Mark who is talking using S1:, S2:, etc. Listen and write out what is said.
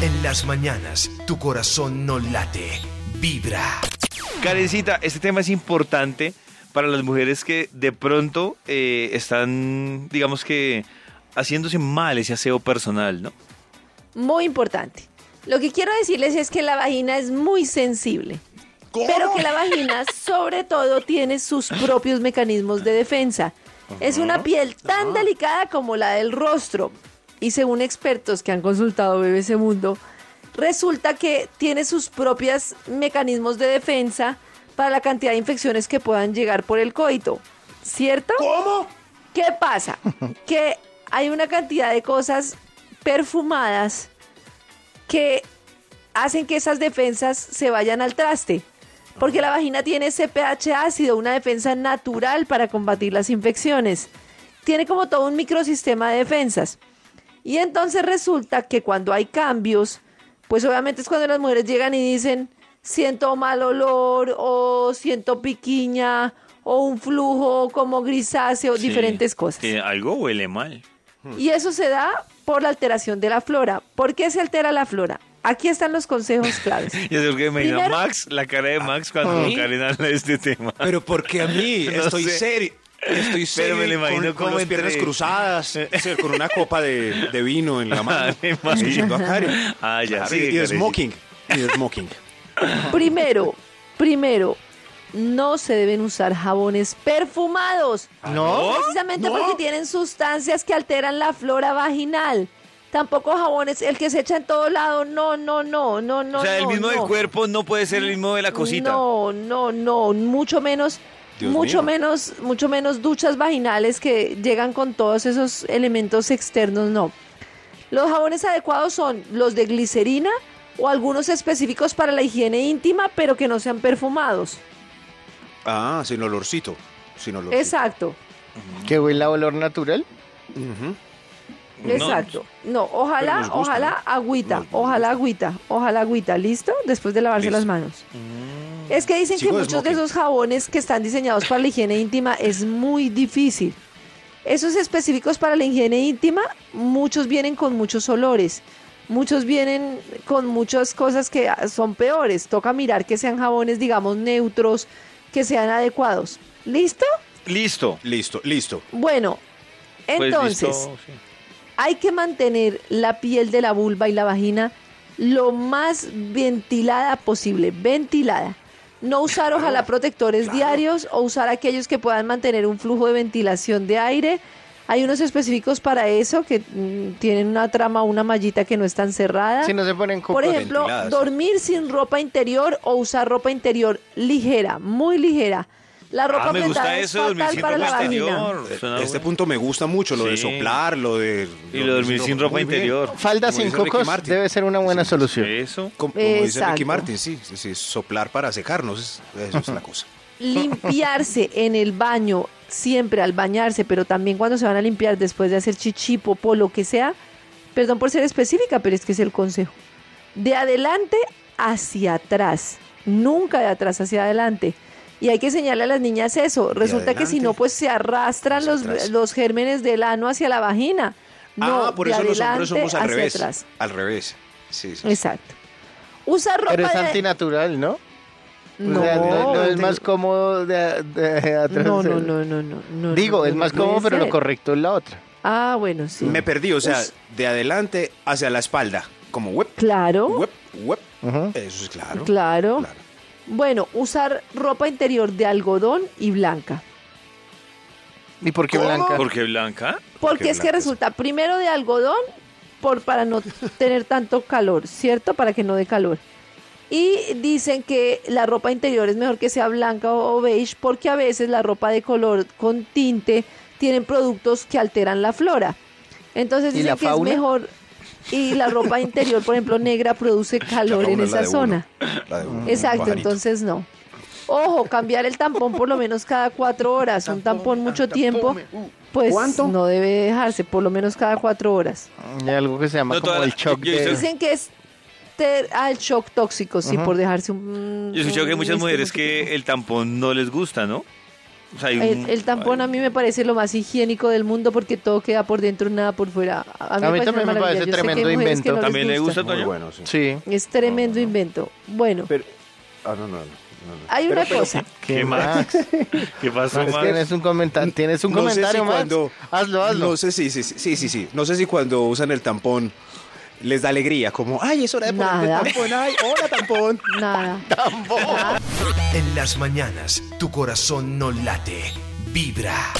S1: En las mañanas, tu corazón no late, vibra.
S2: Karencita, este tema es importante para las mujeres que de pronto eh, están, digamos que, haciéndose mal ese aseo personal, ¿no?
S3: Muy importante. Lo que quiero decirles es que la vagina es muy sensible. Pero que la vagina sobre todo tiene sus propios mecanismos de defensa. Es una piel tan delicada como la del rostro. Y según expertos que han consultado BBC Mundo, resulta que tiene sus propios mecanismos de defensa para la cantidad de infecciones que puedan llegar por el coito. ¿Cierto?
S4: ¿Cómo?
S3: ¿Qué pasa? Que hay una cantidad de cosas perfumadas que hacen que esas defensas se vayan al traste. Porque la vagina tiene CPH ácido, una defensa natural para combatir las infecciones. Tiene como todo un microsistema de defensas. Y entonces resulta que cuando hay cambios, pues obviamente es cuando las mujeres llegan y dicen, siento mal olor o siento piquiña o un flujo como grisáceo,
S2: Sí.
S3: diferentes cosas.
S2: Que algo huele mal.
S3: Y eso se da por la alteración de la flora. ¿Por qué se altera la flora? Aquí están los consejos claves.
S2: Yo creo que me imagino a
S3: Primero-
S2: Max, la cara de Max cuando
S4: ¿Sí?
S2: Karen habla de este tema.
S4: Pero porque a mí
S2: No
S4: estoy
S2: sé.
S4: serio. Estoy serio
S2: me lo
S4: y con-
S2: imagino
S4: con,
S2: como
S4: las
S2: entre-
S4: piernas cruzadas, sí, con una copa de, de vino en la mano.
S2: Ah, Me imagino.
S4: escuchando a Karen.
S2: Ah, ya,
S4: Claro,
S2: sigue,
S4: y- y, de
S2: Karencita.
S4: smoking. Y de smoking.
S3: Primero, primero, no se deben usar jabones perfumados.
S2: ¿Ah, ¿No?
S3: Precisamente porque tienen sustancias que alteran la flora vaginal. Tampoco jabones, el que se echa en todo lado. No, no, no, no, no.
S2: o sea, el
S3: no,
S2: mismo del
S3: no.
S2: cuerpo no puede ser el mismo de la cosita.
S3: No, no, no, mucho menos,
S4: Dios
S3: mucho
S4: mío.
S3: menos, mucho menos duchas vaginales que llegan con todos esos elementos externos, no. Los jabones adecuados son los de glicerina o algunos específicos para la higiene íntima, pero que no sean perfumados.
S4: Ah, sin olorcito. Sin olorcito.
S3: Exacto,
S5: Que huela a olor natural.
S4: Ujú.
S2: No.
S3: exacto. No,
S4: Pero
S3: ojalá,
S4: nos gusta,
S3: ojalá agüita,
S4: Nos
S3: ojalá agüita, ojalá agüita, ¿listo? Después de lavarse
S4: Listo. Mm.
S3: las manos. Es que dicen
S4: Sigo
S3: que
S4: de
S3: muchos de
S4: smoking.
S3: esos jabones que están diseñados para la higiene íntima es muy difícil. Esos específicos para la higiene íntima, muchos vienen con muchos olores, muchos vienen con muchas cosas que ah, son peores. Toca mirar que sean jabones, digamos, neutros, que sean adecuados. ¿Listo?
S2: Listo.
S4: Listo, listo.
S3: Bueno,
S2: Pues
S3: entonces
S2: listo, sí.
S3: hay que mantener la piel de la vulva y la vagina lo más ventilada posible, ventilada. No usar ojalá
S2: Ah,
S3: protectores diarios o usar aquellos que puedan mantener un flujo de ventilación de aire. Hay unos específicos para eso que mm, tienen una trama, una mallita que no es tan cerrada.
S5: Si no se ponen
S3: Ah, Por
S5: copos.
S3: ejemplo,
S4: ventiladas.
S3: dormir sin ropa interior o usar ropa interior ligera, muy ligera. La ropa
S2: Ah, me gusta
S3: apretada es
S2: eso, dormir
S3: fatal
S2: sin
S3: para
S2: ropa
S3: la vagina.
S2: exterior. Suena
S4: Este
S2: bueno.
S4: punto me gusta mucho, lo de
S2: Sí.
S4: soplar, lo de...
S2: Y lo de dormir sin ropa
S4: Muy bien.
S2: interior.
S5: Falda
S4: Como
S5: sin
S4: dice Ricky
S5: cocos
S4: Martin.
S5: debe ser una buena solución.
S2: Eso.
S4: Como, como dice Ricky
S3: Exacto.
S4: Martin, sí, sí, sí, soplar para secarnos, eso es la cosa.
S3: limpiarse en el baño, siempre al bañarse, pero también cuando se van a limpiar después de hacer chichi, popó, lo que sea. Perdón por ser específica, pero es que es el consejo. De adelante hacia atrás, nunca de atrás hacia adelante. Y hay que enseñarle a las niñas eso. Resulta que si
S4: adelante
S3: no, pues se arrastran
S4: hacia
S3: los,
S4: atrás.
S3: los gérmenes del ano hacia la vagina. No,
S4: ah, por
S3: de
S4: eso los
S3: adelante
S4: hombres somos al
S3: hacia
S4: revés.
S3: atrás.
S4: Al revés. Sí, sí, sí.
S3: Exacto. Usa ropa
S5: Pero es
S3: de-
S5: antinatural, ¿no?
S3: No,
S5: o sea, no, no es
S3: te-
S5: más cómodo de, de atrás.
S3: no, no, no, no, no, no,
S5: Digo,
S3: no,
S5: es
S3: no
S5: más
S3: puede
S5: cómodo, pero lo
S3: ser.
S5: correcto es la otra.
S3: Ah, bueno, sí.
S4: Me perdí, o sea,
S3: Us-
S4: de adelante hacia la espalda, como web,
S3: Claro,
S4: web, web.
S5: Ujú.
S4: Eso es claro.
S3: claro.
S4: claro.
S3: Bueno, usar ropa interior de algodón y blanca.
S5: ¿Y por qué
S4: ¿Cómo?
S5: blanca?
S2: Porque Blanca.
S3: Porque
S4: qué
S3: es que
S4: blancas?
S3: resulta primero de algodón por, para no tener tanto calor, ¿cierto? Para que no dé calor. Y dicen que la ropa interior es mejor que sea blanca o o beige porque a veces la ropa de color con tinte tienen productos que alteran la flora. Entonces
S5: ¿Y
S3: dicen
S5: la
S3: que
S5: fauna?
S3: es mejor y la ropa interior, por ejemplo, negra produce
S4: La
S3: calor
S4: fauna
S3: en
S4: es la
S3: esa
S4: de
S3: zona.
S4: uno, la de uno,
S3: Exacto,
S4: pajarito.
S3: entonces no. Ojo, cambiar el tampón por lo menos cada cuatro horas. Un tampón mucho tiempo, pues
S5: ¿Cuánto?
S3: no debe dejarse, por lo menos cada cuatro horas.
S2: Ah.
S5: Hay algo que se llama
S2: No,
S5: como
S2: toda
S5: el
S2: la-
S5: shock
S2: yo- yo
S5: de-
S2: hice-
S3: Dicen que es ter- ah, el shock tóxico, sí, por dejarse un... Mm,
S2: Yo
S3: este
S2: he escuchado que hay muchas
S3: un-
S2: mujeres que mm, el tampón no les gusta, ¿no? O sea, hay
S3: El,
S2: un-
S3: el tampón a mí me parece lo más higiénico del mundo porque todo queda por dentro, nada por fuera. A mí,
S5: A
S3: me
S5: mí
S3: parece
S5: también
S3: una
S5: me
S3: maravilla.
S5: parece
S3: Yo sé que hay
S5: tremendo
S3: mujeres que
S5: invento.
S3: no les
S2: También le gusta.
S4: Muy
S2: Toño?
S4: bueno, sí.
S5: Sí.
S3: Es tremendo invento. Bueno,
S4: Pero, ah, no, no, no, no, no.
S3: hay
S4: Pero-
S3: una
S4: pero-
S3: cosa.
S2: ¿Qué más? ¿Qué pasó,
S5: Max,
S2: Max?
S5: tienes un, comenta- tienes un
S4: No sé
S5: comentario,
S4: si
S5: Max.
S4: cuando-
S5: Hazlo, hazlo.
S4: No sé, sí, sí, sí, sí, sí, sí. No sé si cuando usan el tampón les da alegría, como, ay, es hora de poner el
S3: Nada.
S4: tampón, ay, hola tampón.
S3: Nada.
S1: En las mañanas, tu corazón no late, vibra.